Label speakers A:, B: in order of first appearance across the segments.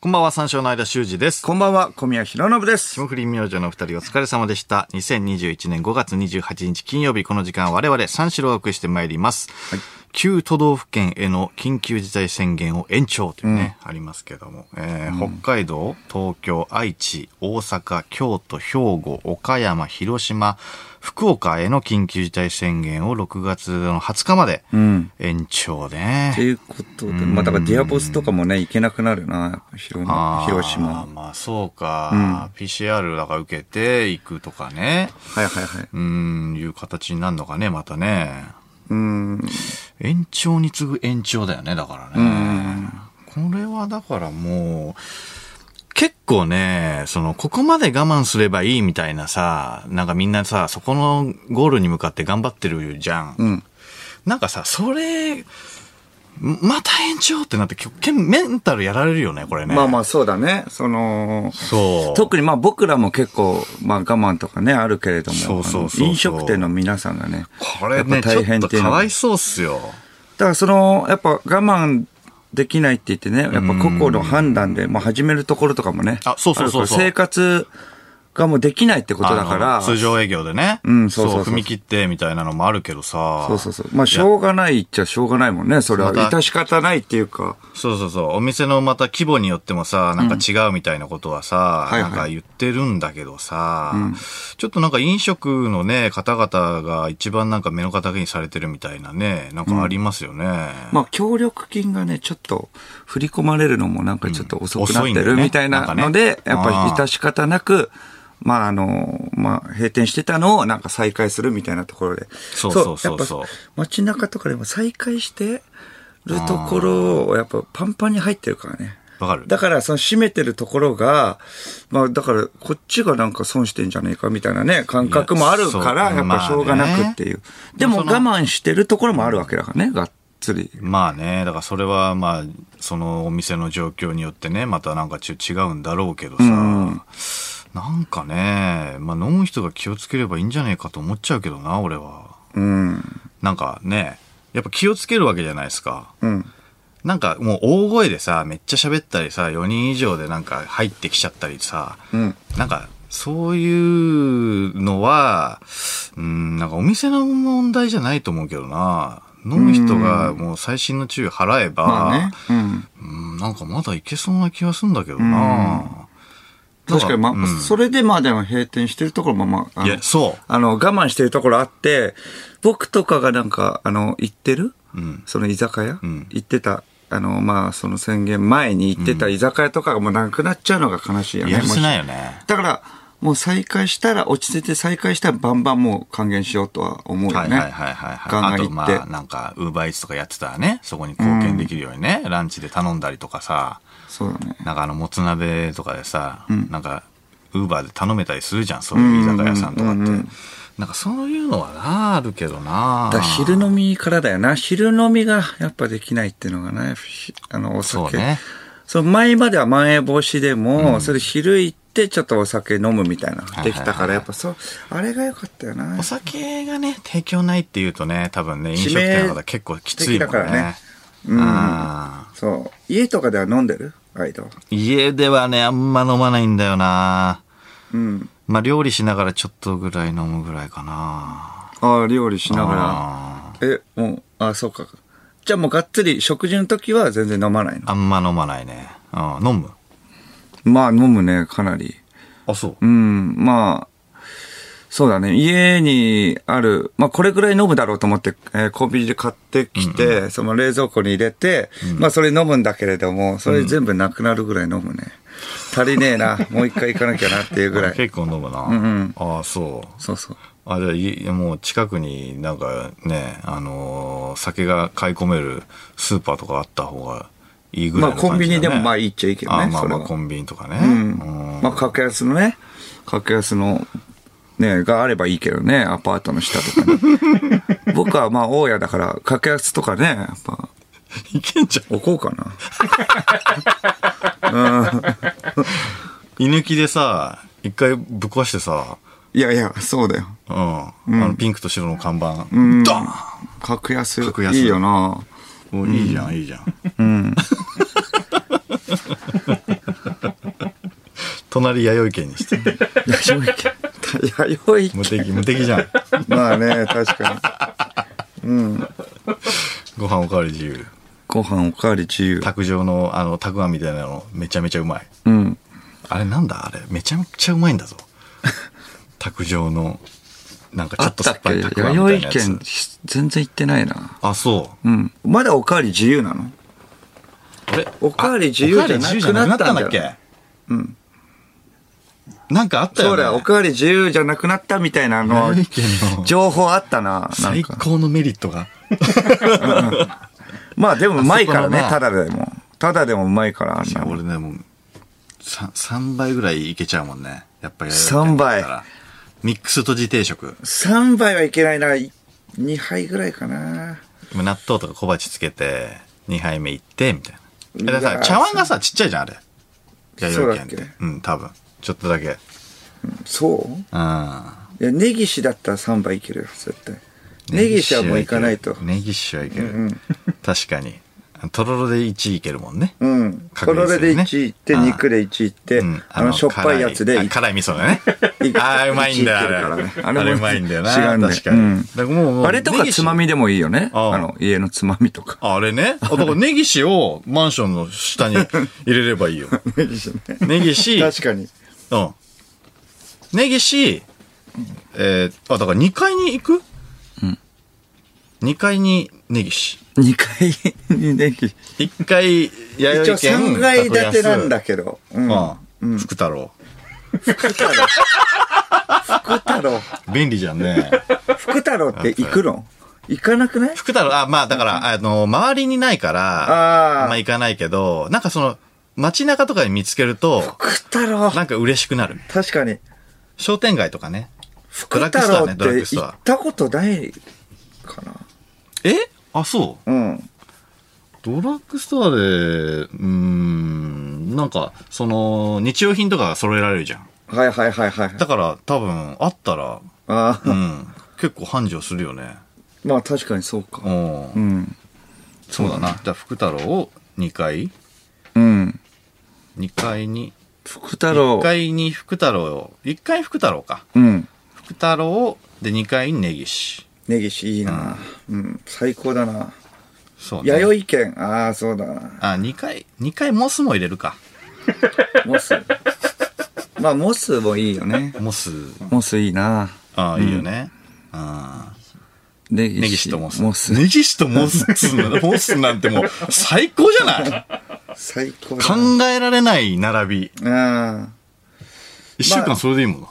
A: こんばんは、三章の間修二です。
B: こんばんは、小宮弘信です。
A: 霜降り明星のお二人お疲れ様でした。2021年5月28日金曜日、この時間我々三四郎をお送りしてまいります。旧都道府県への緊急事態宣言を延長というね、ありますけども、えー北海道、東京、愛知、大阪、京都、兵庫、岡山、広島、福岡への緊急事態宣言を6月の20日まで
B: うん。
A: 延長で、
B: ということで、まあ、だからディアボスとかもね、行けなくなるな、やっぱ広
A: あー
B: 広島。
A: まあそうか、PCR だから受けていくとかね。
B: はいはいはい。
A: うーん、いう形になるのかね、またね。
B: うん。
A: 延長に次ぐ延長だよね、だからね。これはだからもう、結構ね、その、ここまで我慢すればいいみたいなさ、なんかみんなさ、そこのゴールに向かって頑張ってるじゃん。
B: うん。
A: なんかさ、それ、んまた延長ってなって、結構メンタルやられるよね、これね。
B: まあまあそうだね。その、
A: そう。
B: 特にまあ僕らも結構、まあ我慢とかね、あるけれども、
A: そうそうそう
B: あの飲食店の皆さんがね、
A: これね、
B: やっぱ
A: ち
B: 大
A: ょっ
B: 変
A: と
B: っていう
A: か
B: の
A: わ
B: はい
A: そうっすよ。
B: だからその、やっぱ我慢できないって言ってね、やっぱ個々の判断で、まあ始めるところとかもね。
A: あそうそうそうそう
B: あるから生活がもうできないってことだか
A: あ
B: ら。
A: の通常営業でね。
B: うんそうそうそう
A: 踏み切ってみたいなのもあるけどさ。
B: そうそうそう。まあ、しょうがないっちゃしょうがないもんね。それは。
A: また
B: 致し方ないっていうか。
A: そうそうそう。お店のまた規模によってもさ、なんか違うみたいなことはさ、
B: うん
A: なんか言ってるんだけどさ、ちょっとなんか飲食のね、方々が一番なんか目の敵にされてるみたいなね、なんかありますよね。
B: まあ、協力金がね、ちょっと振り込まれるのもなんかちょっと遅くなっ
A: 遅いん
B: て
A: だよ
B: る
A: ね
B: みたいなの
A: なん
B: で
A: か、ね
B: やっぱ
A: あー
B: り致し方なく、まあ、あの、まあ、閉店してたのをなんか再開するみたいなところで。
A: そうそうそうそう
B: やっぱ街中とかでも再開してるところをやっぱパンパンに入ってるからね。
A: わかる
B: だから、その閉めてるところが、まあ、だから、こっちがなんか損してんじゃねえかみたいなね、感覚もあるか
A: いや
B: ら、
A: そう
B: やっぱしょうがなくっていう。でも、
A: その
B: 我慢してるところもあるわけだからね、がっつり。
A: まあね、だからそれはまあ、そのお店の状況によってね、またなんかち違うんだろうけどさ、
B: ん
A: なんかね、まあ飲む人が気をつければいいんじゃねえかと思っちゃうけどな、俺は。
B: うん。
A: なんかね、やっぱ気をつけるわけじゃないですか。
B: うん。
A: なんかもう大声でさ、めっちゃ喋ったりさ、4人以上でなんか入ってきちゃったりさ、
B: うん。
A: なんか、そういうのは、うん、なんかお店の問題じゃないと思うけどな。飲む人がもう最新の注意払えば、
B: まあね。うん。
A: うん、なんかまだいけそうな気がするんだけどな。
B: 確かに、まあ、
A: うん
B: それでまあでも閉店してるところもまあ、あ
A: い
B: の
A: や、そ
B: あの、我慢してるところあって、僕とかがなんか、あの、行ってる、
A: ん
B: その居酒屋、
A: ん。
B: 行ってた、あの、まあ、その宣言前に行ってた居酒屋とかがもうなくなっちゃうのが悲しいうよね。
A: やるせない
B: い。
A: よね。
B: だから、もう再開したら、落ち着いて再開したらバンバンもう還元しようとは思うよ
A: はい
B: ね。
A: はいはいはい
B: ガン
A: はい。あ
B: ガ
A: と
B: ン行
A: ま
B: って。
A: あなんか、ウーバーイーツとかやってたらね、そこに貢献できるようにね、ランチで頼んだりとかさ、
B: そうだね。
A: なんかあの、もつ鍋とかでさ、なんか、ウーバーで頼めたりするじゃん、そういう居酒屋さんとかって。なんかそういうのはな、あるけどな。
B: だから昼飲みからだよな。昼飲みがやっぱできないっていうのがね、ひあの、お
A: そう
B: 酒。
A: ね。
B: その前まではまん延防止でも、それ昼行ってちょっとお酒飲むみたいな、
A: いはいはい
B: できたから、やっぱそう、あれが良かったよな
A: お。酒がね、提供ないっていうとね、多分ね、飲食店の方結構きついもんね。
B: 致命的だからねうん
A: あー
B: そう。家とかでは飲んでるアイドル。
A: 家ではね、あんま飲まないんだよな
B: うん。
A: まあ、料理しながらちょっとぐらい飲むぐらいかな
B: ああ、料理しなが
A: あ
B: ら。え、もう、ああ、そうか。じゃあもうがっつり食事の時は全然飲まないの
A: ー。あんま飲まないね。うん、飲む
B: まあ飲むね、かなり。
A: あ、そう
B: う。ん、まあ、そうだね。家にある、まあこれぐらい飲むだろうと思って、えーコンビニで買ってきて、その冷蔵庫に入れて、まあそれ飲むんだけれども、それ全部なくなるぐらい飲むね。足りねえな。もう一回行かなきゃなっていうぐら い。
A: 結構飲むな。
B: んうん
A: ああ、そう。
B: そうそう。
A: あ、じゃあい、もう近くになんかね、あのー酒が買い込めるスーパーとかあった方がいいぐら
B: ま
A: い
B: あ
A: の
B: コン
A: 感じ
B: ビ
A: だ、ね。
B: ニでもまあいいっちゃいいけどね。
A: あまあ
B: それ
A: まあ
B: は
A: コンビニとかね。
B: うん
A: うん
B: まあ、格安のね、格安の、ね、があればいいけどね、アパートの下とかに。 僕はまあ、大家だから、格安とかね、やっぱ、
A: いけんじゃん。
B: 置こうかな。
A: 居抜きでさ、一回ぶっ壊してさ、
B: いやいや、そうだよ。
A: うん。あのピンクと白の看板。ドーン
B: 格安、
A: 格安
B: いいよな。
A: おいいじゃん、いいじゃん。 隣弥生県にして、ね、
B: 弥生県。弥生
A: 無敵、無敵じゃん。
B: まあね、確かに。うん。
A: ご飯おかわり自由。
B: ご飯おかわり自由。
A: 卓上の、あの、たくあんみたいなの、めちゃめちゃうまい。
B: うん。
A: あれなんだあれ、めちゃめちゃうまいんだぞ。 卓上の、なんかちょ
B: あ
A: っ
B: っ
A: と
B: た
A: 酸っ
B: っ
A: ぱ
B: け
A: いたくあんみたいな
B: 弥生
A: やつ。
B: 県、全然行ってないな。
A: あ、そう。
B: うん。まだおかわり自由なの
A: あれ
B: おかわり自由じゃなくなったんだよ
A: おかわり自由じゃなくなったんだっけなんかあったよ
B: そ
A: ね。
B: うだよ、おかわり自由じゃなくなったみたいなの
A: 何意見の、
B: 情報あったな。なん
A: 最
B: か。
A: 高のメリットが。
B: まあでもうまいからね
A: あそ、こ
B: た
A: の
B: だでも。ただでもうまいから、あんなの
A: 俺ね、もう、3, 三倍ぐらいいけちゃうもんね。やっぱり。
B: 三倍。
A: ミックスとじ定食。
B: 3杯はいけないな。2杯ぐらいかな。
A: 今納豆とか小鉢つけて、2杯目いって、みたいな。えだか
B: い
A: ら
B: や
A: 茶碗がさ、ちっちゃいじゃん、あれ。弥生県っ
B: そうだ
A: て
B: っ。
A: うん、多分。ちょっとだけ。うん。
B: そう
A: あ
B: いや、ネギシだったら3杯いけるよ、絶対。ネギシはもういかないと。
A: ネギッシュはいける。確かに。とろろで1いけるもんね。
B: うん。と
A: 確認
B: ろろ
A: する
B: で
A: ね
B: 1いって、
A: あー
B: 肉で1いって、あの、しょっぱいやつで
A: 辛いあ
B: 1
A: 辛い味噌だね。ああ、うまいんだよ。あれ
B: いけるからね
A: あれうまいんだよな。
B: 違うんだよ
A: 確かに。
B: うん
A: だからもうもう
B: あれとかつま。
A: ネギ
B: みでもいいよね。
A: ああ
B: あの、家のつまみとか。
A: 塩あれね。あだからネギ塩をマンションの下に入れればいいよ。
B: ネギシね。
A: ネギ塩。
B: 確かに。
A: うん。ネギ塩、えー、あ、だから2階に行くうん。2階にネギ塩。
B: 2階 にネギ。
A: 1階、弥
B: 一応
A: 生県。
B: 3階建てなんだけど。うん。
A: うん。うん。福太郎。
B: 福太郎。福太郎。
A: 便利じゃんね。
B: 福太郎って行くの行かなくな い
A: 福太郎、あ、まあだから、あの、周りにないから、
B: あー
A: まあ行かないけど、なんかその、街中とかに見つけると、
B: 福太郎。
A: なんか嬉しくなる。
B: 確かに。
A: 商店街とかね。
B: 福太郎っ
A: ドラッグス
B: て
A: ト
B: 行
A: アね
B: ったことないかな。
A: えあ、そう。
B: うん。
A: ドラッグストアで、うーん、なんか、その、日用品とかが揃えられるじゃん。
B: はいはいはいはい。
A: だから、多分、あったら、
B: あ
A: う
B: あ、
A: ん、結構繁盛するよね。
B: まあ確かにそうか
A: う。。
B: うんん。
A: そうだな。じゃあ、福太郎を2階
B: うん。
A: ?2 階に、
B: 福太郎
A: 1。階に福太郎を、1階福太郎か。
B: うん。
A: 福太郎で2階に根岸
B: 根岸いいな。うん。最高だな。
A: そうね
B: 弥生県。ああ、そうだな。
A: あ2階2階モスも入れるか
B: モス。まあモスもいいよね。
A: モス
B: モスいいな。
A: ああいいよね、ああ
B: 根岸。
A: 根岸とモス
B: モス。
A: 根岸とモスっつうのモスなんてもう最高じゃない
B: 最高だな。
A: 考えられない並び
B: ああ。
A: 1週間それでいいもんな、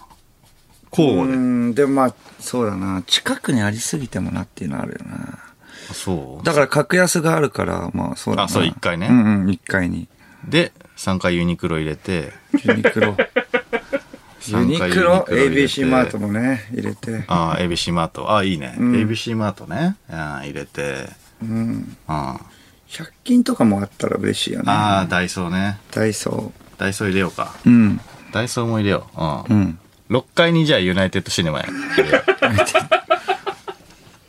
A: 交
B: う
A: 互で
B: ん、でもまあ、そうだな。近くにありすぎてもなっていうのはあるよな。
A: あそう
B: だから格安があるから、まあそうだな。
A: あそう一回ね
B: うんうん、一回に。
A: で3階ユニクロ入れて
B: ユニクロ。ユ
A: 三
B: ニ
A: 階
B: クロ、
A: 入れて
B: ABC マートもね、入れて。
A: ああ ABC マートああいいね、ABC マートねああ入れて
B: うん。
A: ああ
B: 100均とかもあったら嬉しいよね。
A: ああダイソーね
B: ダイソ
A: ダイソー入れようか
B: ー。うん。
A: ダイソーも入れよう。う。
B: うんん。
A: 6階にじゃあユナイテッドシネ マや。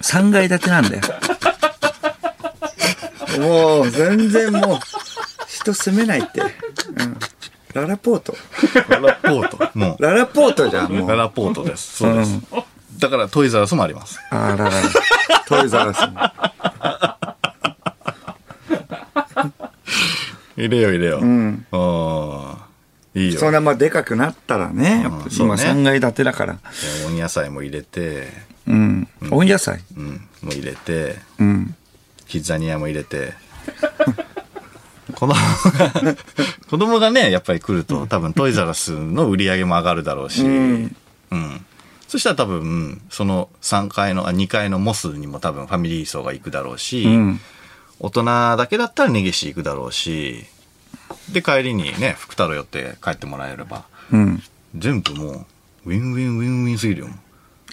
B: 3階建てなんだよ。 もう、全然もう、人住めないって。うん。ララポート。
A: ララポート。も
B: ララポートじゃん、
A: う。
B: も
A: ラ
B: う。
A: ラポートです。そうです。だからトイザラスもあります。
B: あららら。トイザらスも。。
A: 入れよう入れよう。うんいいよ。
B: そんなまあでかくなったらね、やっぱ
A: うんそうね
B: 今3階建てだから。
A: 温野菜も入れて、
B: うん。温野菜。
A: うん。もう入れて、
B: うん。
A: キッザニアも入れて。 子供が、 子供がね、やっぱり来ると、多分トイザラスの売り上げも上がるだろうし、うん。そしたら多分、うんその3階の、あ、2階のモスにも多分ファミリー層が行くだろうし、
B: うん。
A: 大人だけだったら根岸行くだろうし、で、帰りにね、福太郎寄って帰ってもらえれば、
B: うん。
A: 全部もう、ウィンウィンウィンウィンすぎるよ。も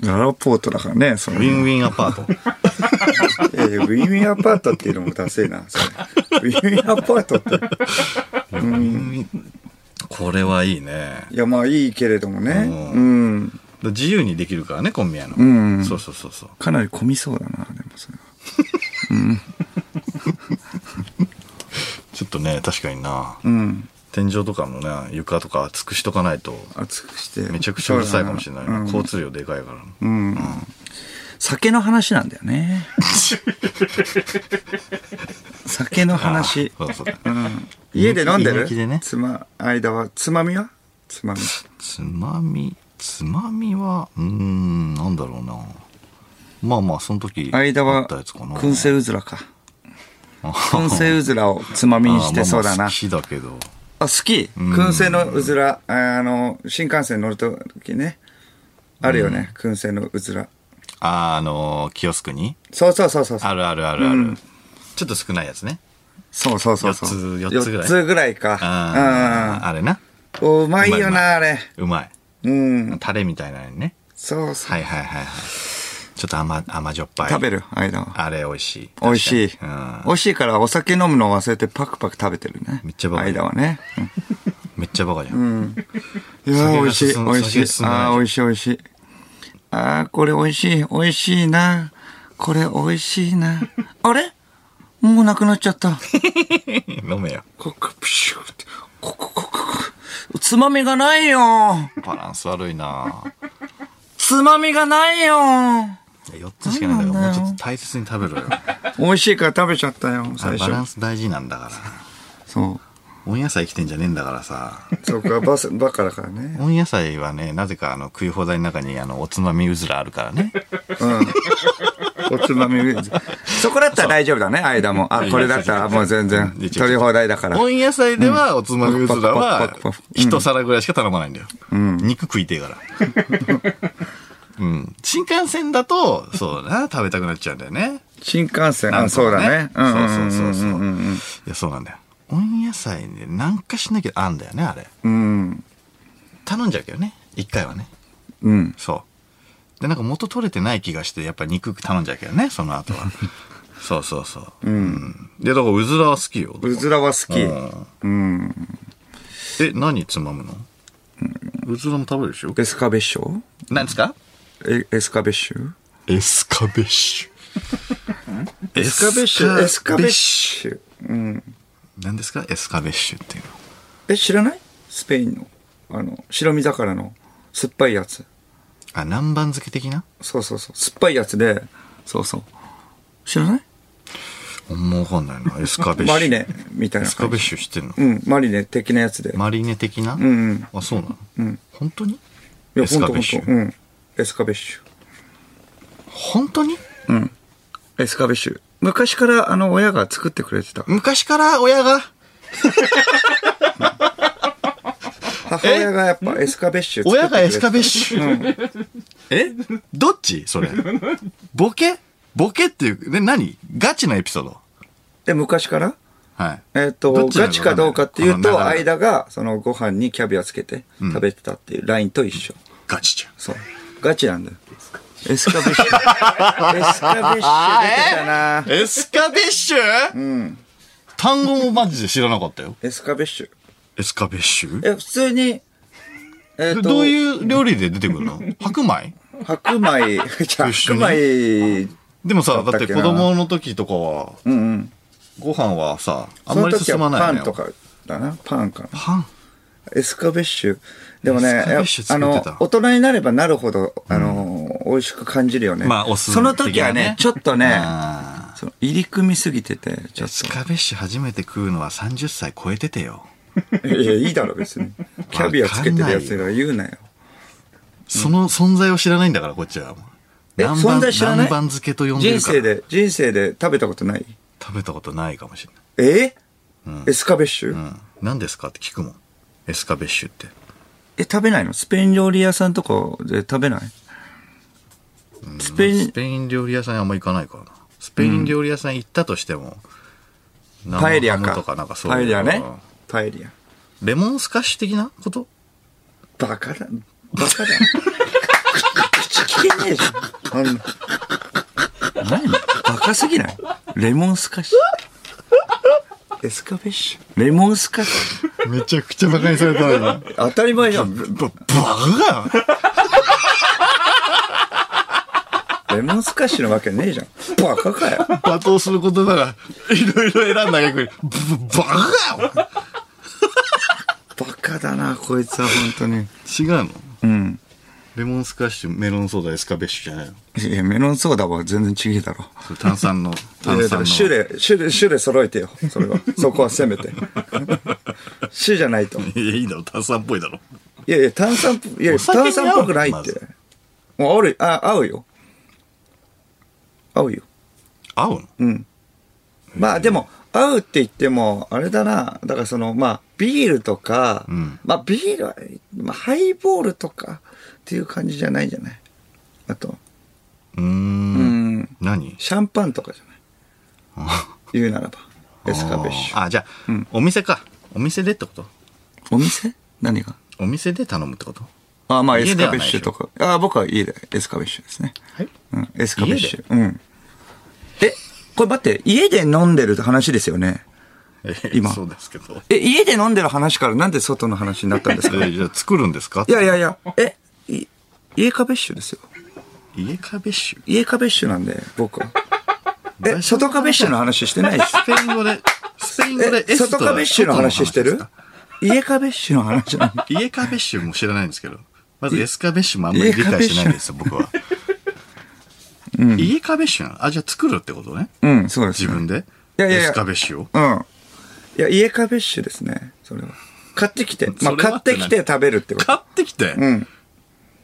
B: ララポートだからね、その。
A: うウィンウィンアパート。
B: いやいやウィンウィンアパートっていうのもダセえな。それウィンウィンアパートって。
A: これはいいね。
B: いや、まあいいけれどもね。
A: う
B: うん。
A: 自由にできるからね、コンビニの。
B: ん
A: そうそうそうそう。
B: かなり混みそうだな、でもそれは。
A: ちょっとね、確かにな。
B: うん。
A: 天井とかもね、床とか厚くしとかないと、
B: 熱くして。
A: めちゃくちゃうるさいかもしれないな。
B: うん
A: 交通量でかいから。
B: うん。酒の話なんだよ ね。酒の話。
A: あーそうだそう
B: う
A: だ
B: ん家で飲んで
A: 居
B: る
A: 抜きでね
B: つま、間は、つまみはつまみ。
A: つまみ、つまみは、うーん、なんだろうな。まあまあ、その時、
B: 間
A: あ
B: は
A: ったやつかな。、
B: 燻製うずらか。
A: あ
B: 燻製うずらをつまみにしてそうだ
A: まあまあ
B: な
A: 好。きだけど。
B: あ、好き。燻製のうずら、あの、新幹線乗るときね。あるよね、燻製のうずら。
A: あー、あのー、キオスクに
B: そうそうそうそう。
A: あるあるあるある、
B: うん
A: ちょっと少ないやつね。
B: そうそうそうそう。
A: 四つ四つぐらい
B: 四つぐらいか。
A: あーあれな。
B: うん。おうまいよ
A: うまいうまい
B: な、あれ。
A: うまい。
B: うん。
A: タレみたいなのにね。
B: そうそう。
A: はいはいはいはい。ちょっと甘、甘じょっぱい。
B: 食べる、間は。
A: あれ美味しい。
B: 美味しい
A: 確。かに
B: 美味しいからお酒飲むの忘れてパクパク食べてるね。
A: めっちゃバカ
B: 間はね。
A: うん。めっちゃバカじゃん。
B: うんいや
A: 酒
B: ー、
A: が
B: 美味しい、
A: 進
B: 美
A: む
B: 味し
A: 酒
B: い。
A: が進んでない
B: ああー、美味しい、美味しい。ああ、これ美味しい、美味しいな。これ美味しい な。あれもうなくなっちゃった。
A: 飲めよ。
B: ここ、プシューって。ここ、ここ、ここ。つまみがないよ。
A: バランス悪い な
B: つまみがないよ。
A: 4つしかないんだから、もう
B: なんだ
A: ち
B: よ
A: ょっと大切に食べろよ。
B: 美味しいから食べちゃったよ、
A: あ
B: 最
A: れバラン
B: 初。
A: ス大事なんだから。
B: そう。
A: 温野菜生きてんじゃねえんだからさ。
B: そうか、バス、バカだからね。
A: 温野菜はね、なぜかあの食い放題の中にあのおつまみうずらあるからね。
B: おつまみウィズ。そこだったら大丈夫だね、間も。あ、これだったらもう全然、
A: いや違う
B: 取り放題だか ら。
A: 温野菜ではおつまみうずら
B: パ
A: は
B: クパクパクパクうん
A: 一皿ぐらいしか頼まないんだよ。肉食いてえ から。うん、新幹線だと、そうだな、食べたくなっちゃうんだよね。
B: 新幹線、
A: なんとか
B: あ、そうだね。
A: そうそうそうそう。
B: んんん
A: いや、そうなんだよ。温野菜でなんかしなきゃあんだよね、あれ。
B: うん。
A: 頼んじゃうけどね。一回はね。
B: うん。
A: そう。で、なんか元取れてない気がして、やっぱ肉頼んじゃうけどね、その 後は。そうそうそう。うん。で、だからうずらは好きよ。
B: うずらは好き。
A: うん
B: うん。
A: え、何つまむのうずらも食べるでしょ
B: エスカベッシュ
A: 何ですか
B: えエスカベッシュ
A: エスカベッシ ュ。エ
B: エ
A: スカベッシュ
B: エスカベッシュ。うん。
A: 何ですかエスカベッシュっていうの。
B: え、知らないスペインの、あの、白身魚の酸っぱいやつ。
A: あ、南蛮漬け的な
B: そうそうそう。酸っぱいやつで、そうそう。知らない
A: あんまわかんないな。エスカ ベッシュ。
B: マリネみたい
A: エ
B: な
A: スカ
B: 感
A: ベッ
B: じ。
A: シュしてんの
B: うん、マリネ的なやつで。
A: マリネ的なうん
B: うん
A: あ、そうなの
B: うん。
A: 本当に
B: いや、
A: エス
B: ほん
A: カ
B: と
A: ベッ
B: ほん
A: シ
B: と。
A: ュ。
B: うん。エスカベッシ
A: 本当に
B: ュ。うん。エスカベッシュ。昔から、あの、親が作ってくれてた。
A: 昔から親が
B: 母親がやっぱエスカベッシュ作
A: 親
B: ってく
A: が
B: れてた。
A: エスカベッシュ。えどっちそれ。ボケボケっていう、ね、何ガチなエピソード。
B: で、昔から
A: はい。
B: えっと、
A: どっちな
B: ガ
A: の
B: チかどうかっていう
A: この
B: と、
A: 流れ
B: 間が、その、ご飯にキャビアつけて食べてたっていうラインと一緒。
A: ガチじゃん。
B: そう。ガ チなんだよ。エスカベッシュ。エスカベッシュ出てたな
A: エスカベッシュうん。単語もマジで知らなかったよ。
B: エスカベッシュ。
A: エスカベッシュ
B: え、普通に、えっ と、
A: どういう料理で出てくる の白米
B: 白米、じゃあ
A: 一緒
B: 白
A: に
B: 米、
A: でもさ、
B: だ
A: だ
B: った
A: っ
B: っけ
A: て
B: な
A: 子供の時とかは、
B: うんうん。
A: ご飯はさ、あ
B: あ
A: んまり進まない
B: パ
A: の
B: ン
A: よ。
B: とかだな、パンかな。
A: パン
B: エスカベッシュ。でもね、
A: エスカベッシュ
B: あ
A: 作って
B: の
A: た、
B: 大人になればなるほど、あの、美味しく感じるよね。
A: まあお酢
B: その時は
A: 的な
B: ね
A: ね、
B: ちょっとね、
A: あ
B: その入り組みすぎてて、ち
A: ー
B: ょ
A: エ
B: っ
A: スカベッシュ初めて食うのは30歳超えててよ。
B: と。いや、いいだろ、別に。キャビアつけてるやつが言うなよ。
A: その存在を知らないんだから、こっちは。
B: え、
A: 南蛮
B: 存在知らない
A: 南蛮漬けと呼んで
B: 人
A: るか
B: 生
A: ら。
B: で、人生で食べたことない
A: 食べたことないかもしれない。
B: えエスカベッシュ、
A: うん。何ですかって聞くもん。エスカベッシュって。
B: え、食べないのスペイン料理屋さんとかで食べないスペイ
A: ス
B: ン、
A: ペイン料理屋さんにあんま行かないからな。スペイン料理屋さん行ったとしても、生
B: パエリア
A: ハム
B: か。
A: とかなんかそういう
B: パエリアね
A: うん。
B: パエリア。
A: レモンスカッシュ的なこと
B: バカだ、バカだ。口利けねえじゃん。あんな。何バカすぎないレモンスカッシュ。エスカベッシュ。レモンスカッシュ。
A: めちゃくちゃ馬鹿にされたのに。
B: 当たり前じゃん。
A: ば、バカ
B: レモンスカッシュなわけねえじゃん。バカかよ。
A: 罵倒することなら、いろいろ選んだ逆に、ば、バカ
B: カだな、こいつは本当に。
A: 違うの
B: うん。
A: レモンスカッシュ、メロンソーダ、エスカベッシュじゃないの
B: いや、メロンソーダは全然ちげえだろ。
A: それ炭酸の、
B: いや
A: 炭
B: だ
A: 酸
B: から
A: の。
B: 種類、種類、種類揃えてよ。それは。そこはせめて。種じゃないと。い
A: いや、いいだろ、炭酸っぽいだろ。
B: やいや、炭酸っぽ、いやい
A: お
B: や、
A: 酒に合う
B: 炭酸っぽくない
A: ま
B: って
A: ず。
B: もう、ある、あ、合うよ。合うよ。
A: 合うの
B: うん。まあでも、合うって言っても、あれだな。だからその、まあ、ビールとか、
A: うん
B: まあビールは、まあ、ハイボールとかっていう感じじゃないじゃない。あと、
A: うー。
B: うんん、
A: 何
B: シャンパンとかじゃない。言うならば、エスカベッシュ。
A: あー、あじゃあ、
B: うん
A: お店か。お店でってこと
B: お店何が
A: お店で頼むってこと
B: あ、まあ、エ
A: 家
B: ス
A: で
B: カ
A: はな
B: ベ
A: いでし
B: ッ
A: ょ
B: シュとか。あ、僕は家でエスカベッシュですね。
A: はい。
B: うん、エスカベッシュ。うん。え、これ待って、家で飲んでる話ですよね。
A: 今。
B: 今
A: そうですけど。
B: え、家で飲んでる話からなんで外の話になったんです か
A: え
B: い
A: じゃあ作るんですか
B: やいやいや、え、い家カベッシュですよ。
A: 家カベッシュ。
B: 家カベッシュなんで、僕は。え、外カベッシュの話してな いです。
A: スペイン語で、スペイン語で
B: え、外カベッシュの話してる
A: 外の話
B: 家カベッシュの話なん で。
A: ですか家カベッシュも知らないんですけど。まずエスカベッシュもあんまり理解してないんですよ、僕は。家カベッシュなのあ、じゃあ作るってことね。
B: うん、そうです、
A: 自分で。
B: いやいやいや
A: エスカベッシュを。
B: うん。いや、家カベッシュですね、それは。買ってきて。まあ、
A: それは
B: 買ってきて食べるってこと。
A: 買ってきて。
B: うん。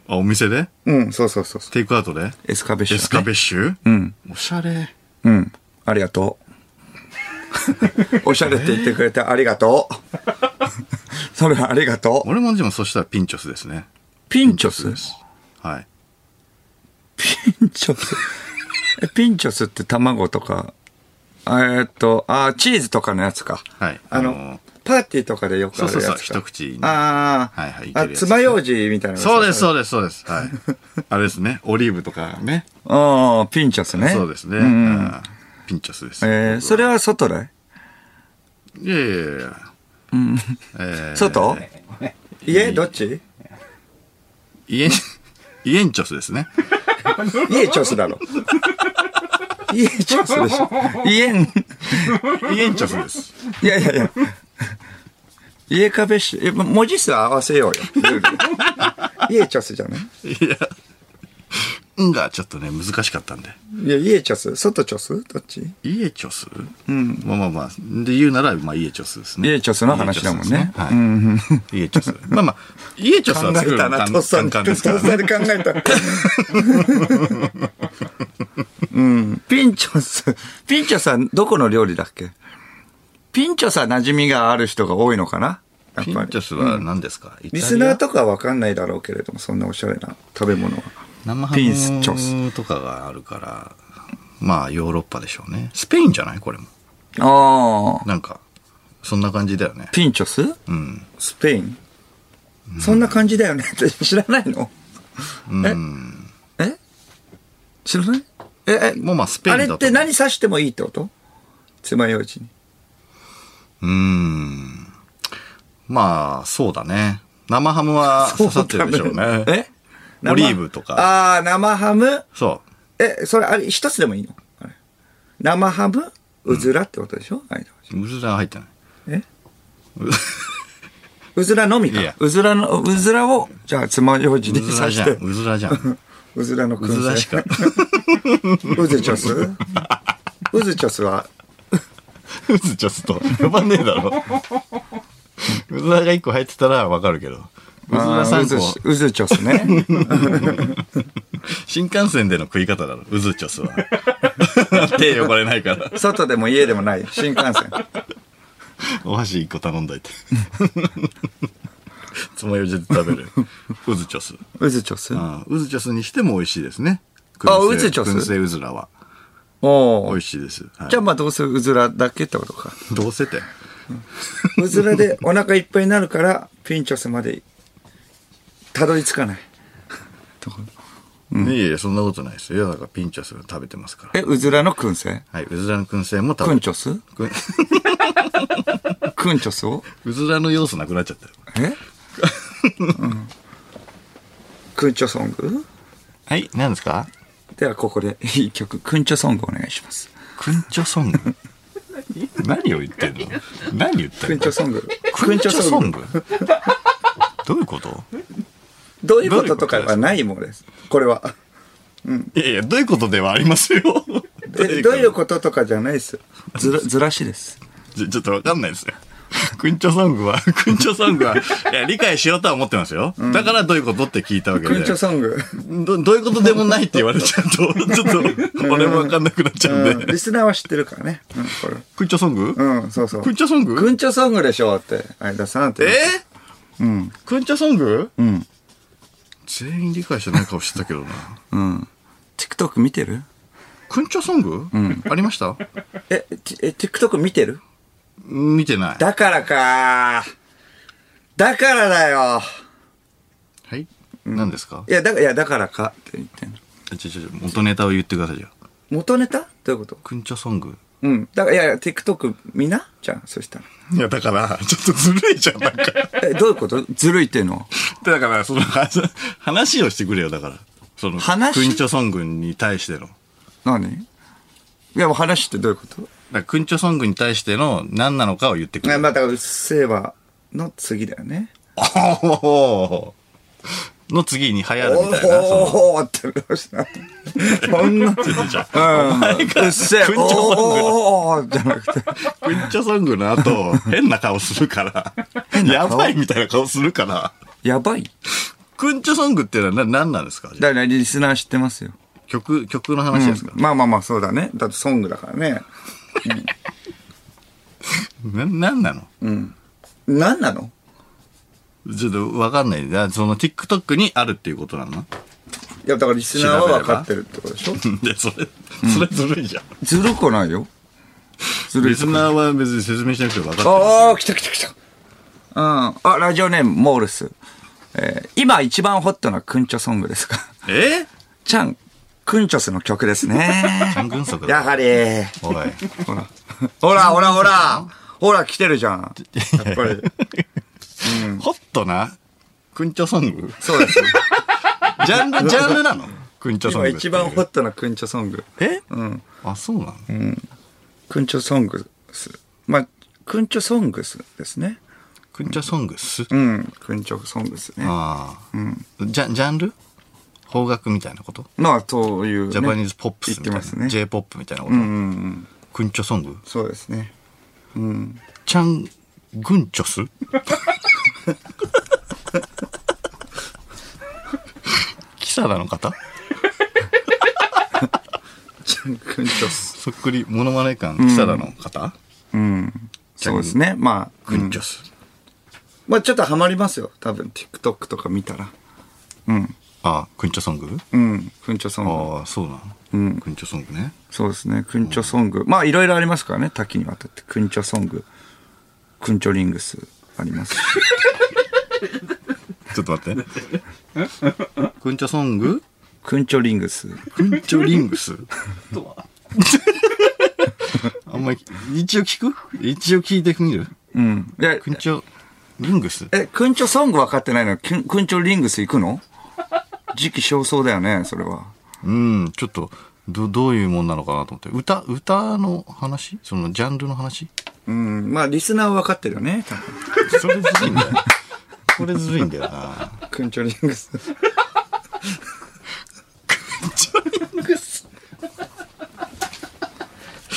A: あ、お店で
B: うん、そうそうそうそう。
A: テイクアウトで
B: エスカベッシュ、
A: エスカベッシュ
B: うん。
A: おしゃれ。
B: うん。ありがとう。 おしゃれって言ってくれてありがとう。 それはありがとう。
A: 俺もでもそしたらピンチョスですね。
B: ピンチョ
A: そうで
B: ス
A: す。はい。
B: ピンチョス。えピンチョスって卵とか、えーっと、あーチーズとかのやつか。
A: はい
B: あの、
A: あの
B: パーティーとかでよくあるやつか。
A: そうそうそう一口に
B: ああ、
A: はいはいいけるや
B: あ、
A: つ
B: 爪楊枝みたいな。
A: そうです、
B: う。
A: そうです、そうです。はい。 あれですね。オリーブとかね。
B: ああ、ピンチョスね。
A: そうですね。
B: うんうん
A: あーピンチョスです。
B: えー、それは外で
A: いやいやいやいや。えー
B: 外、家どっち
A: 家に、家にチョスですね。
B: 家チョスだろ。家チョスでしょ。家ん、
A: 家にチョスです。
B: いやいやいや。家カベッシュ。えま文字数合わせようよ。ルール家チョスじゃない
A: いや。うんがちょっとね、難しかったんで。
B: いや、家チョス外チョスどっち
A: 家チョスうん。まあまあまあ。で言うなら、まあ家チョスですね。
B: 家チョスの話だもんね
A: はい。家チョス。まあまあ、家チョス
B: 考
A: は作
B: え
A: る
B: た
A: の
B: な、
A: 簡
B: とっさ
A: 簡
B: に。と
A: 単
B: っ
A: ですからね。
B: さに考え た。うん。ピンチョス。ピンチョスはどこの料理だっけピンチョスは馴染みがある人が多いのかなやっ
A: ピ
B: ぱ
A: ン
B: り
A: チョ。スは何ですか
B: リスナー
A: と
B: とかはわかんないだろうけれども、そんなおしゃれな食べ物は。
A: 生ハ
B: ピンスチョス。
A: ムとかがあるから、まあヨーロッパでしょうね。スペインじゃないこれも。
B: ああ。
A: なんか、そんな感じだよね。
B: ピンチョス
A: うん。
B: スペイン、そんな感じだよね って知らないの
A: うん。
B: え知らないえ、え、
A: もうまあスペイン
B: あ
A: だ
B: れ
A: と。
B: って何刺してもいいってこと爪楊枝に。
A: うん。まあ、そうだね。生ハムは刺さってるでしょうね。
B: え
A: オリーブとか。
B: か。あー生ハム。
A: そう。
B: え、それあれ一つでもいいのあれ生ハム、うずらってことでしょ、間
A: うずら入ってない。
B: えうずらのみ
A: いや
B: か。うずらの、うずらを、じゃあ爪楊枝
A: う
B: に
A: ずら
B: 刺
A: じ
B: し
A: ゃん。
B: て。
A: うずらじゃん。
B: うずらの
A: う
B: 燻製。
A: ずらしか。
B: うずちょすうずちょすは
A: うずちょっと呼ばねえだろ。 うずらが1個入ってたらわかるけど。うずら
B: あー
A: 3個
B: うず。うずちょすね。
A: 新幹線での食い方だろ。うずちょすは。 手汚れない から。
B: 外でも家でもない。新幹線。
A: お箸1個頼んだい て。つまようじで食べる。うずちょす。
B: うずちょす
A: う。んうずちょすにしても美味しいですね。
B: あ
A: 燻製
B: うずちょす
A: 燻製うずらは。
B: お
A: 美
B: お
A: 味。しいです。はい
B: じゃあまあどうせうずらだけってこ とか。
A: どうせって。
B: うずらでお腹いっぱいになるから、ピンチョスまで、たどり着かない。
A: いやいや、そんなことないですよ。いやだからピンチョス食べてますから。
B: え、うずらの燻製
A: はい。うずらの燻製も食
B: ク
A: べ
B: ン
A: て
B: チョス
A: くん
B: クンチョスを
A: うずらの要素なくなっちゃったよ。
B: え、うん、クンチョソング
A: はい。何ですか
B: ではここで一曲、クンチョソングお願いします。
A: くんちょソン グ。何を言ってんの何言って
B: ク
A: ん
B: ン
A: の
B: チョソング。
A: くんちょソングどういうこと
B: どういうこととかはないものです。これは。
A: いやいや、どういうことではありますよ。ど
B: でどういうこととかじゃないです。ずら、ずらしです。
A: ちょちょっとわかんないですね。クンチョソングは、クンチョソ ングは、いや、理解しようとは思ってますよ。だからどういうことって聞いたわけ
B: ク
A: で
B: ンチョ。ソング。
A: どどういうことでもないって言われちゃうと、ちょっと、俺もわかんなくなっちゃ
B: う。
A: うんんで。
B: リスナーは知ってるからね。うん、これ。
A: クンチョソング
B: うん、そうそう。
A: クンチョソング
B: くんちょソングでしょって、相田さんって。
A: え
B: うん。
A: クンチョソング
B: うん。
A: 全員理解してない顔してたけどな。
B: うん。TikTok 見てる
A: クンチョソングありました
B: え、T- え、TikTok 見てる
A: 見てない。
B: だからかだからだよ
A: はい何ですか
B: いや、だから、いや、だからかって言ってんの。
A: ちょちょちょ、元ネタを言ってくださいよ。
B: 元ネタどういうこと
A: クンチョソング
B: うん。だから、いやいや、TikTok 見なじゃん、そしたら。
A: いや、だから、ちょっとずるいじゃん、なんか。
B: え、どういうことずるいっていうのは
A: だから、その、話話をしてくれよ、だから。その、
B: 話
A: クンチョソングに対しての。だか
B: 何いや、もう話ってどういうこと
A: らクンチョソングに対しての何なのかを言ってくれ。
B: え、まあ、だから、うっせーわの次だよね。
A: おおの次に流行るみたいな。その
B: おおーってどうしたそ んな。
A: じゃ
B: うん。うっせ
A: く
B: ー
A: んちょソングだ
B: おーじゃなくて。
A: あクンチョソングの後、変な顔するから。やばいみたいな顔するから。
B: やばい
A: クンチョソングっていうのはな何なんですか
B: だから、リスナー知ってますよ。
A: 曲、曲の話ですか、
B: まあまあまあ、そうだね。だってソングだからね。
A: な、なんなの
B: 何なの
A: ちょっとわかんない。だその TikTok にあるっていうことなの
B: いや、だからリスナーは分かってるってことでしょ
A: で、それ、それずるいじゃん。
B: ずるくないよ。ずるい
A: リ。スナーは別に説明しなくてもわかってる。
B: おー、来た来た来た。うん。あ、ラジオネーム、モールス。えー今一番ホットなクンチョソングですか
A: え
B: ちゃん、クンチョスの曲です ね。
A: 三軍足
B: や
A: だ。
B: はり。
A: おい。
B: ほら。ほら、ほら、ほら。ほら、来てるじゃん。やっぱり。
A: ホットなクンチョソング
B: そうですよ。
A: ジャンル、ジャンルなのクンチョソン
B: 今
A: グ。
B: 一番ホットなクンチョソング。
A: え
B: うん。
A: あ、そうなの
B: クンチョソングス。まあ、クンチョソングスですね。
A: クンチョソングス
B: うん。クンチョソングスね。
A: ああ。ジャジャンル邦楽みたいなこと
B: まあ、そういう、ね。
A: ジャパニーズポップスみたい
B: 言ってますね
A: な。J-POP みたいなこ
B: う
A: と
B: んうんうん。
A: クンチョソング
B: そうですね。うん。
A: チャン、グンチョスキサダの方
B: チャンクンチョス。
A: そっくり、モノマネ感、キサダの方
B: うん。 そうですね。まあ、
A: グンチョス。
B: まあちょっとハマりますよ。多分、TikTok とか見たら。うん。
A: あ、クンチョソング
B: うん。クンチョソング。
A: ああ、そうなの。
B: うん
A: クンチョソングね。
B: そうですね。クンチョソング。まあ、いろいろありますからね。多岐にわたって。クンチョソング。クンチョリングス。ありますし。
A: ちょっと待って。クンチョソング
B: クンチョリングス。
A: クンチョリングス あんまり、一応聞く一応聞いてみる
B: うん。で
A: クンチョリングス
B: え、クンチョソング分かってないのクンクンチョリングス行くの時期尚早だよね、それは。
A: うん、ちょっと、ど、どういうもんなのかなと思って。歌、歌の話そのジャンルの話
B: うん。まあ、リスナーは分かってるよね、多分。
A: それずるいんだよ。 これずるいんだよな。
B: クンチョリングス。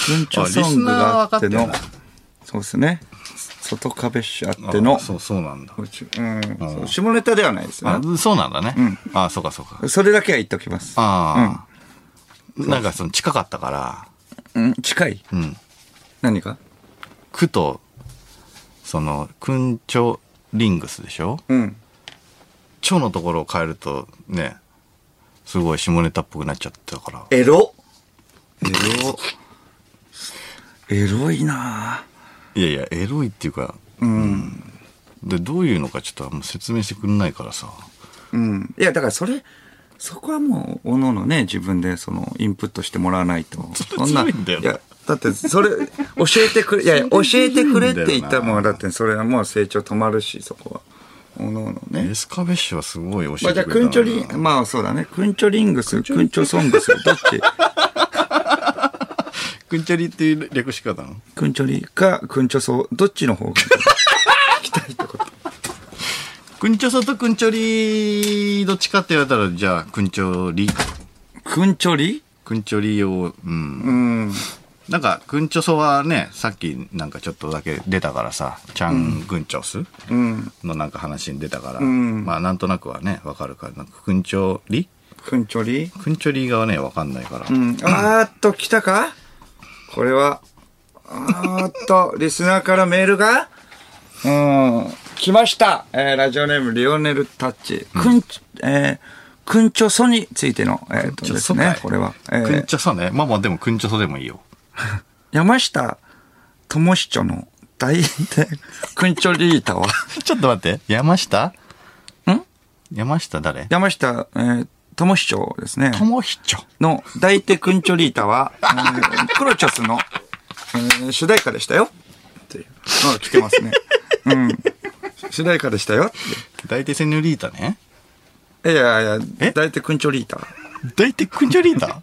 B: クンチョソングがあって
A: あ
B: の
A: リスナーは分かってん、
B: そうですね。外壁市あっての
A: あ、そう、そうなんだ。
B: うんそう下ネタではないですよ
A: あ
B: ね。
A: そうなんだね。あそうかそうか。
B: それだけは言っときます。
A: ああ、なんかその近かったから、
B: うん、近い
A: うん。
B: 何か
A: 区と、その、くんちょリングスでしょ
B: うん。
A: ちょのところを変えると、ね、すごい下ネタっぽくなっちゃったから。
B: エロ。エロ。エロいなぁ。
A: いやいや、エロいっていうか、うん。で、どういうのかちょっとあんま説明してくんないからさ。
B: うん。いや、だからそれ、そこはもう、おののね、自分で、その、インプットしてもらわないと。
A: れ
B: んな。
A: ずるいんだよな
B: や、だって、それ、教え てくれ、いやいや、教えてくれって言ったもん、だって、それはもう成長止まるし、そこは。おののね
A: エ。スカベッシュはすごい教えてく
B: ま
A: れ
B: あ、じゃ
A: た
B: あ、クンチョリ
A: ン
B: ン、まあ、そうだね。クンチョリングス、クンチョソングス、どっち
A: くんちょりっていう略し方なの
B: クンチョリか、クンチョソ、どっちの方が行きたいってこと。
A: くんちょそとくんちょり、どっちかって言われたら、じゃあ、くんちょり。
B: くんちょり
A: くんちょりを、うん。
B: うん。
A: なんか、くんちょそはね、さっきなんかちょっとだけ出たからさ、ちゃんぐんちょす
B: うん。
A: のなんか話に出たから、
B: ん
A: まあなんとなくはね、わかるから、なんかくんちょり
B: くんちょり
A: くんちょりがね、わかんないから。
B: うん。あーっと、来たかこれは。あーっ と、リスナーからメールがうん。来ました。えーラジオネーム、リオネル・タッチ。くんち、えー、くんちょそについての、えーっと
A: ち
B: で
A: ょ
B: す
A: そか
B: ね
A: い、
B: これは。えー
A: くんちょそね。まあまあでもくんちょそでもいいよ。
B: 山下智史著の大変で、 くんちょリータは、
A: ちょっと待って、山下ん
B: ん
A: 山下誰
B: 山下、えー、智史著ですね。
A: ともひちょ。
B: の、抱いてくんちょリータは、えークロチョスの、えー主題歌でしたよ。っていうのが来てますね。うん。主題歌でしたよっ
A: 大体セニョリータね。
B: て。いやいやい
A: え
B: や、抱いてくんちょリータ
A: 大体くんちょリー タ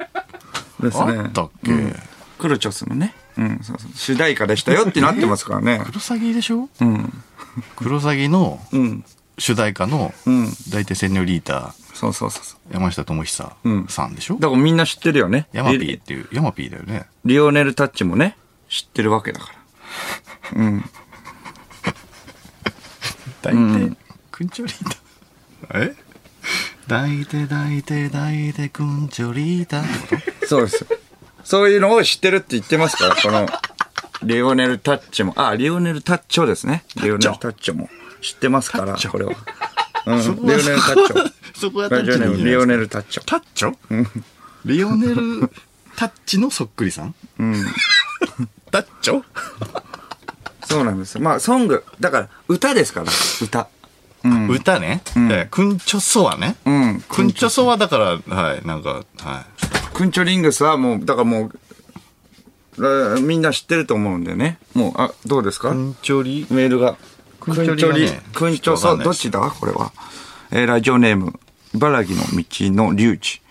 B: ですね。
A: あったっけ、
B: クロチョスのね。うん、そうそう。主題歌でしたよってなってますか らね。
A: クロサギでしょうん。クロサギの
B: うん。
A: 主題歌の
B: ん、
A: 大体セニョリータ、
B: そうそうそうそう。
A: 山下智久
B: うん
A: さんでしょ、
B: だからみんな知ってるよね。
A: ヤマピ
B: リ
A: ーっていう、ヤマピーだよね。
B: リオネル・タッチもね、知ってるわけだから。
A: 大体、くんちょリータ。え 大体大体大体くんちょリータってこと。
B: そうですよ。そういうのを知ってるって言ってますから、この、リオネル・タッチも、あ、リオネル・タッチョですね。リオネル・タッチョも知ってますから、こ れは。うん、リオネル・タッチョ。
A: そこはタ
B: ラ
A: ッ
B: ジオ
A: チ
B: ネ
A: でいい
B: ー
A: んじ
B: ム
A: ゃないですか
B: リオネル・タッチョ。
A: タッチョリオネルタッチのそっくりさん
B: うん。
A: タッチョ
B: そうなんですよ。まあ、ソング。だから、歌ですから、歌。
A: 歌ね。えーくんちょそはね。
B: うん。
A: くんちょそはだから、はい、なんか、はい。
B: クンチョリングスはもう、だからもう、らみんな知ってると思うんでね。もう、あ、どうですか
A: くんちょり、
B: メールが。く
A: ん
B: ん
A: ち
B: ち
A: ょ
B: ょ
A: りがね
B: り、くんち
A: ちょ
B: ょ
A: っとわか
B: そ
A: ん
B: う、
A: ない
B: ど
A: で
B: っ
A: す
B: ちだこれは。えーラジオネーム、茨城の道のリュウジ。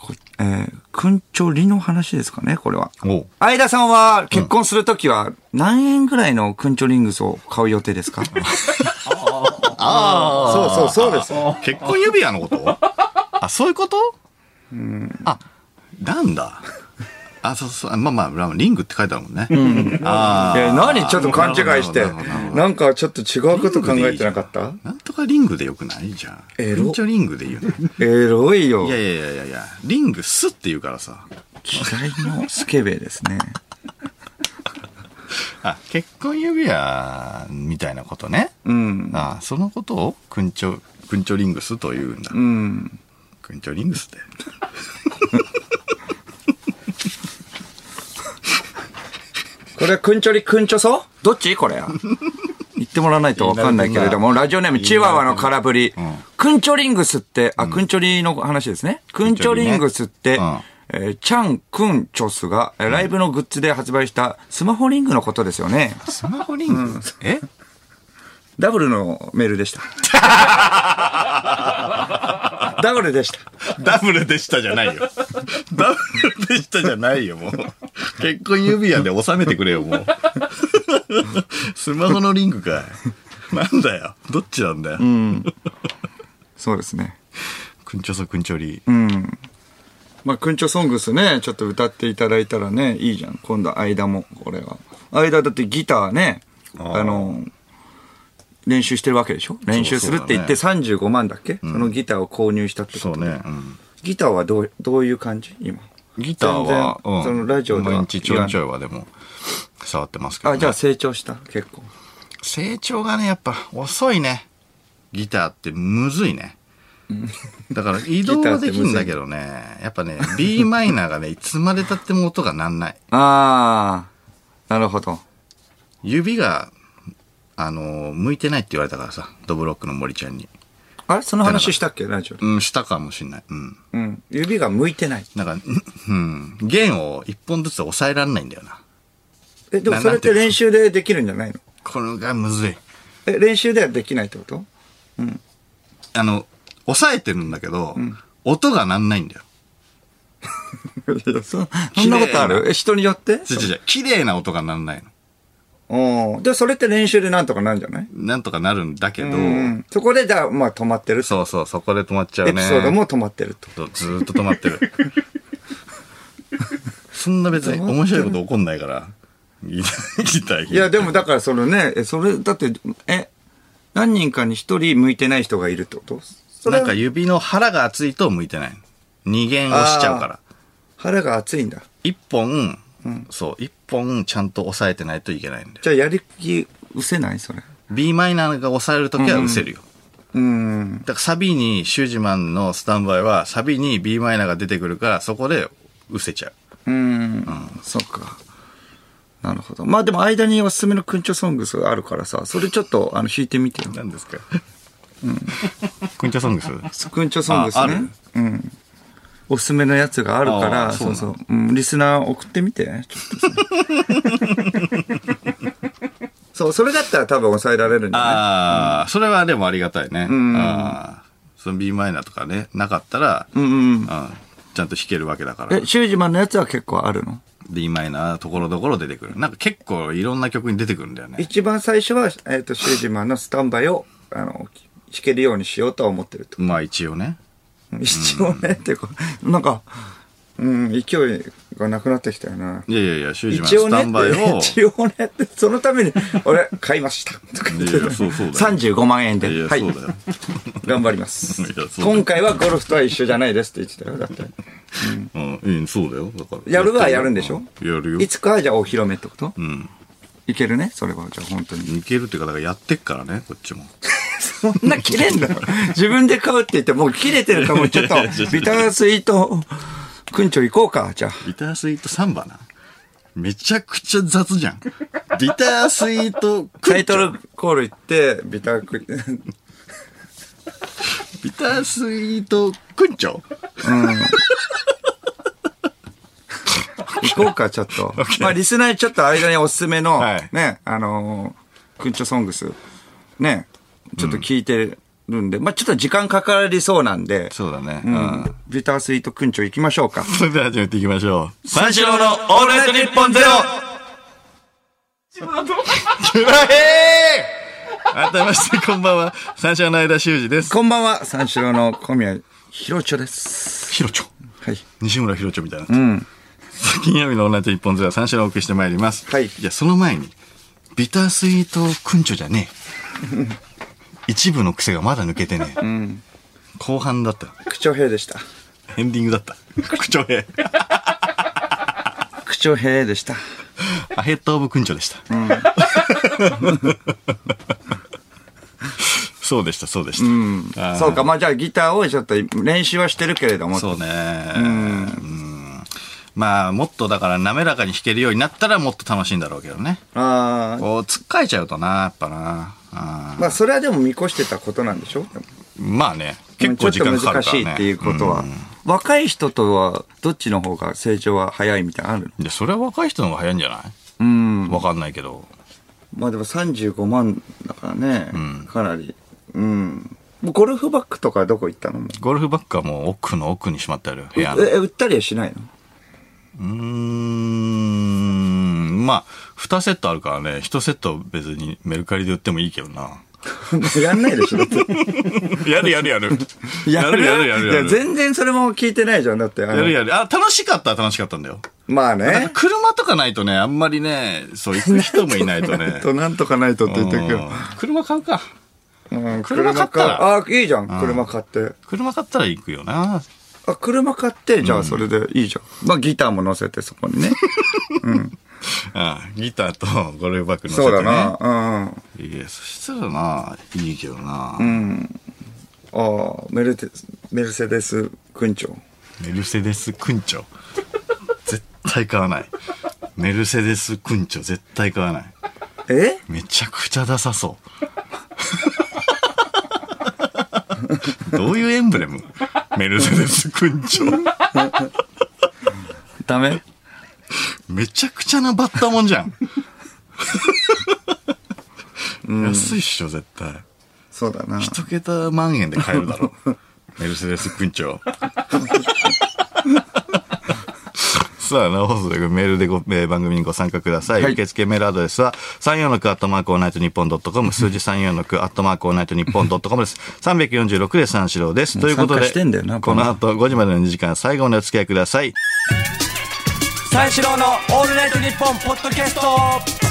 B: こえー、くんちょりの話ですかねこれは。
A: おう
B: 相田さんは結婚するときは何円ぐらいのくんちょリングスを買う予定ですか
A: あ
B: そうそうそうです
A: あ。結婚指輪のことあ、そういうことあ、なんだ。あ、そうそう。あまあまあまあ、リングって書いてあるもんね。ああ。
B: えー何ちょっと勘違いして。
A: なるほどなるほど
B: なんかちょっと違うこと考えてなかった
A: なんとかリングでよくないじゃん。
B: エ
A: く
B: ロ
A: んちょリングでいい よね。
B: エロいよ。
A: いや
B: 嫌い
A: いやいやいや、リングスって言うからさ。
B: のスケベですね。
A: あ、結婚指輪みたいなことね。
B: うん。
A: あそのことを、くんちょ、くんちょリングスというんだ。
B: うん。
A: くんちょリングスって。
B: これ、くんちょりくんちょそどっちこれ。 言ってもらわないとわかんないけれども、ラジオネームチワワの空振り
A: ん。
B: くんちょリングスって、あ、くんちょりの話ですね。くんちょリングスっ
A: くん
B: て
A: ちょりね、
B: えーチャン・クンチョスが、えーライブのグッズで発売したスマホリングのことですよね。
A: スマホリング、え
B: ダブルのメールで した。ダブルでした。
A: ダブルでしたじゃない よ。ダブルでしたじゃないよ、もう。結婚指輪で収めてくれよ、もう。 スマホのリングかい。なんだよ。どっちなんだよ。
B: そうですね。
A: くんちょそくんちょり。
B: うん。まあ、くんちょソングスね、ちょっと歌っていただいたらね、いいじゃん。今度、間も、これは。間だってギターね、
A: あ
B: あ
A: ー
B: の、練習してるわけでしょ練習するって言って35万だっけそ,、のギターを購入したってこと。
A: ね。
B: ギターはどう、どういう感じ今。
A: ギターは、
B: 全然そのラジオでは
A: 毎日ちょいちょいはでも、触ってますけど、ね。
B: あ、じゃあ成長した結構。
A: 成長がね、やっぱ遅いね。ギターってむずいね。だから移動はできんだけどね、やっぱね、b マイナーがね、いつまで経っても音がなんない。
B: あー、なるほど。
A: 指が、あのー向いてないって言われたからさ、ドブロックの森ちゃんに。
B: あれその話したっけラジオで。
A: うん、したかもしんない。うん。
B: うん。指が向いてない。
A: なんか、うん、弦を一本ずつ押さえらんないんだよな。
B: え、でも
A: な
B: それって練習でできるんじゃないの
A: これがむずい。
B: え、練習ではできないってこと
A: あの、押さえてるんだけど、音がなんないんだよ。
B: いやそそんなことあ
A: 綺麗
B: るえ、人によって
A: 違う違う違う、綺麗な音がなんないの。
B: うん。で、それって練習でなんとかなんじゃない
A: なんとかなるんだけど、
B: うん。そこで、じゃあ、まあ、止まってる。
A: そうそう、そこで止まっちゃう
B: エ
A: ね。
B: ピソードも止まってると。
A: そうずーっと止ま ってる。そんな別に面白いこと起こんないから。ギター弾いて
B: いや、でも、だから、そのね、えそれ、だって、え、何人かに一人向いてない人がいるってことそれ
A: なんか指の腹が厚いと向いてない。二弦をしちゃうから。
B: 腹が熱いんだ。
A: 一本、そう、一本ちゃんと押さえてないといけないんだよ。
B: じゃあ、やる気、失せないそれ。
A: b マイナーが押さえるときは失せるよ。
B: うん。
A: だからサビに、シュージマンのスタンバイは、サビに b マイナーが出てくるから、そこで失せちゃう。
B: うん。そっか。なるほど。まあでも間におすすめのくんちょソングスがあるからさ、それちょっとあの弾いてみてよ。
A: 何ですかうん。クンチャソングス
B: くんちょソングス
A: あある
B: ね。うん。おすすめのやつがあるか
A: あ
B: ら、
A: ー
B: そう
A: そ
B: そうううん。リスナー送ってみて。ちょっとさ そう、それだったら多分抑えられるんじゃない
A: ああ、それはでもありがたいね。あーその b マイナーとかね、なかったら、
B: うんうん。
A: あーちゃんと弾けるわけだから
B: え、。シュージマンのやつは結構あるの
A: b マイナーところどころ出てくる。なんか結構いろんな曲に出てくるんだよね。
B: 一番最初は、えっと、シュージマンのスタンバイを、あの、弾けるようにしようとは思ってると。
A: まあ一応ね。
B: 一応ね、っていうか、なんか、うん、勢いがなくなってきたよな。
A: いやいやいや、シュージマン
B: 一応
A: ス
B: ね
A: タ
B: っ
A: ンバイ
B: て、
A: を。
B: 一応ねって、そのために、俺、買いました。とか言って
A: いやいやそうそうだよ
B: 35万円で
A: いやいや、
B: はい
A: そうだよ。
B: 頑張ります
A: いやそう。だよ
B: 今回はゴルフとは一緒じゃないですって言ってたよ。だって。
A: うん、うんそうだよ。だから。
B: やるはやるんでしょ
A: やるよ
B: い。つかはじゃあお披露目ってこと
A: うん。
B: いけるねそれは、じゃあ本当に。
A: いけるっていうか、だからやってっからね、こっちも。
B: そんな切れんだよ。自分で買うって言って、もう切れてるからもうちょっと
A: いやいやいや、
B: ビタースイート、くんちょ行こうか、じゃあ。
A: ビタースイートサンバな。めちゃくちゃ雑じ ゃん。ビタースイートク
B: タ
A: ン
B: イ
A: チョ
B: トルコール行って、ビターク、
A: ビタースイートくんちょ
B: 行こうか、ちょ っと。まあ、リスナーにちょっと間におすすめの、
A: はい
B: ね、あのー、くんちょソングス、ね、ちょっと聞いてるんで、まあ、ちょっと時間かかりそうなんで、
A: そうだね。
B: う。ん。ビタースイートくんちょ行きましょうか。
A: それでは始めていきましょう。
B: 三四郎のオールナイトニッポンゼロ
A: うわへー改めまして、こんばんは。三者の間修二です。
B: こんばんは、三四郎の小宮宏ちょです。
A: ひろちょ。
B: はい。
A: 西村ひろちょみたいな。うん。金曜日のオンライト一本ずは三者をお送りしてまいります。
B: はい
A: いや、その前に、ビタースイートくんちょじゃね え。一部の癖がまだ抜けてねえ。後半だった。
B: 口調兵でした。
A: エンディングだった。口調兵。
B: 口調兵でした。
A: アヘッドオブクンチョでした。 そうでした、そうでした。あー
B: そうか、まあ、じゃあギターをちょっと練習はしてるけれども、
A: そうね。うんまあ、もっとだから滑らかに弾けるようになったらもっと楽しいんだろうけどね。
B: ああ、
A: こう、つっかえちゃうとな、やっぱな。あー
B: まあ、それはでも見越してたことなんでしょでも
A: まあね、結構時間かかるからね。
B: ちょっと難しいっていうことは
A: ん。
B: 若い人とは、どっちの方が成長は早いみたいなのあるの
A: いや、それは若い人の方が早いんじゃな
B: う
A: い
B: ん。
A: わかんないけど。
B: まあでも35万だからね、かなり。うん。もうゴルフバッグとかどこ行ったのもう
A: ゴルフバッグはもう奥の奥にしまってあるよ、部
B: え、
A: 屋の。
B: え売ったりはしないの
A: うーんまあ、2セットあるからね、1セット別にメルカリで売ってもいいけどな。
B: やんないでしょだって
A: やるやるやる。 やるやるや
B: いや、
A: る。
B: 全然それも聞いてないじゃん。だって、あ
A: や
B: の
A: るやる。あ、楽しかったは楽しかったんだよ。
B: まあ
A: なん か
B: ね。
A: 車とかないとね、あんまりね、そう、行く人もいないと ね。
B: と、なんとかないとって
A: う
B: 言
A: ん
B: ってくよ。
A: 車買うか。
B: うん
A: 車買ったら
B: かあ、いいじゃん。車買って。
A: 車買ったら行くよな。
B: あ、車買って、じゃあそれでいいじゃん。まあギターも乗せて、そこ にね。
A: あギターとゴルフバッグ乗せて
B: そ
A: ね。
B: うだな。うん。
A: いや、そしたらな、いいけどな。
B: ああ、メルテメルセデス軍長。
A: メルセデスくんちょ。絶対買わない。メルセデスくんちょ、絶対買わない。
B: え
A: めちゃくちゃダサそう。 どういうエンブレムメルセデスくんちょ。
B: ダメ
A: めちゃくちゃなバッタもんじゃん。安いっしょ、絶対。
B: そうだな。
A: 一桁万円で買えるだろ。 メルセデスくんちょ。さあ、生放送でメールでご、えー番組にご参加ください。
B: はい
A: 受付メールアドレスは、34のクアットマークオールナイトニッポンドットコム、数字34のクアットマークオールナイトニッポンドットコ ムです。346で三四郎です。ということ
B: 参加
A: で、
B: してんだよな
A: この後5時までの2時間、最後までお付き合いください。
C: 三四郎のオールナイトニッポンポッドキャスト